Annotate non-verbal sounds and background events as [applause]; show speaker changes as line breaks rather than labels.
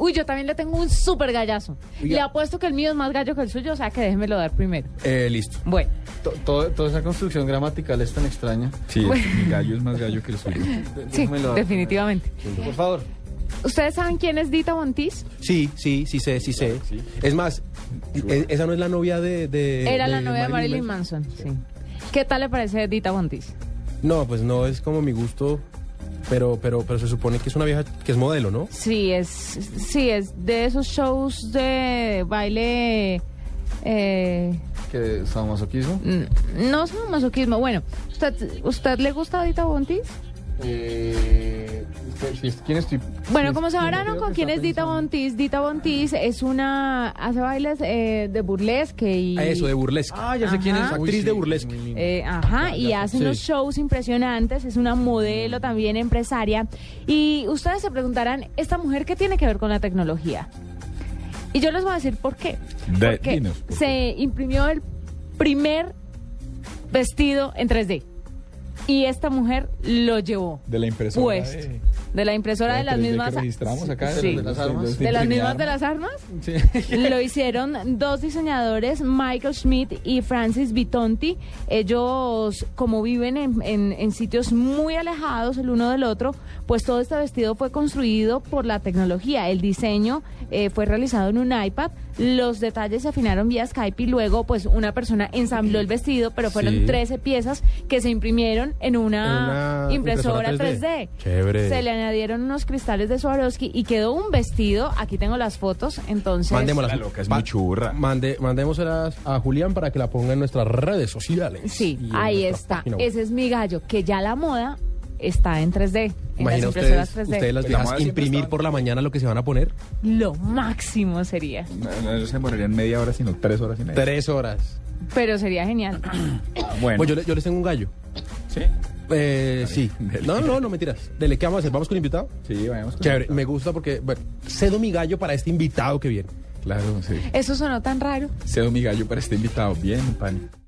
Uy, yo también le tengo un súper gallazo. Le apuesto que el mío es más gallo que el suyo, o sea que déjemelo dar primero.
Eh, listo.
Bueno,
To- todo- toda esa construcción gramatical es tan extraña.
Sí, mi gallo es más gallo que el suyo.
[laughs]
sí,
Déjamelo dar.
definitivamente.
Por favor.
¿Ustedes saben quién es Dita Montiz?
Sí, sí, sí sé, sí sé. Es más, e- esa no es la novia de... de-
Era la novia de Marilyn Manson, sí. ¿Qué tal le parece Dita Montiz?
No, pues no es como mi gusto, pero, pero, pero se supone que es una vieja que es modelo, ¿no?
Sí, es, sí, es de esos shows de baile... Eh,
Que sadomasoquismo.
mm, no es masoquismo. Bueno, ¿usted, ¿usted le gusta Dita Montiz?
Eh, ¿quién es- pues, ¿Quién estoy?
Bueno, como sabrán
creo
¿no?
que
con quién
está
es Dita
pensando.
Bontis, Dita Bontis es una, hace bailes eh, de burlesque y...
A Eso, de burlesque.
Ah, ya sé
Ajá.
quién es.
Actriz de burlesque.
muy lindo.
Eh, ajá, y hace unos shows impresionantes, es una
Mm.
modelo también empresaria. Y ustedes se preguntarán, ¿esta mujer qué tiene que ver con la tecnología? Y yo les voy a decir por qué.
Da-
Porque
dinos, ¿por qué?
se imprimió el primer vestido en 3D. Y esta mujer lo llevó.
De la impresora.
Puesto.
de-
De la impresora de las
3D que
mismas...
registramos acá.
Sí.
los- los que
De las mismas
imprimieron.
de las armas.
Sí.
[laughs] Lo hicieron dos diseñadores, Michael Schmidt y Francis Bitonti. Ellos, como viven en, en- en sitios muy alejados el uno del otro, pues todo este vestido fue construido por la tecnología. El diseño eh, fue realizado en un iPad. Los detalles se afinaron vía Skype y luego, pues, una persona ensambló el vestido, pero fueron
Sí.
13 piezas que se imprimieron en una,
En una
impresora,
impresora
3D.
3D. Chévere.
Se le añadieron unos cristales de Swarovski y quedó un vestido. Aquí tengo las fotos, entonces.
Mandémoslas.
La loca es muy churra.
Mande, mandémoselas a Julián para que la ponga en nuestras redes sociales.
Sí,
Y en
ahí
nuestra
está.
página web.
Ese es mi gallo, que ya la moda está en 3D. En las
Imagina
impresoras
ustedes,
3D.
ustedes las
Pues La
viejas
moda siempre
imprimir
estaba-
por la mañana lo que se van a poner.
Lo máximo sería.
No, no, no se demorarían media hora, sino tres horas y media.
Tres horas.
Pero sería genial.
Bueno,
Pues yo, le- yo les tengo un gallo.
¿sí?
Eh, sí.
Dele.
No, no, no, mentiras. Dele, ¿qué vamos a hacer? ¿Vamos con el invitado?
Sí, vayamos. con-
Chévere, me gusta porque, bueno, cedo mi gallo para este invitado que viene.
Claro, sí.
Eso sonó tan raro.
Cedo mi gallo para este invitado. Bien, pan.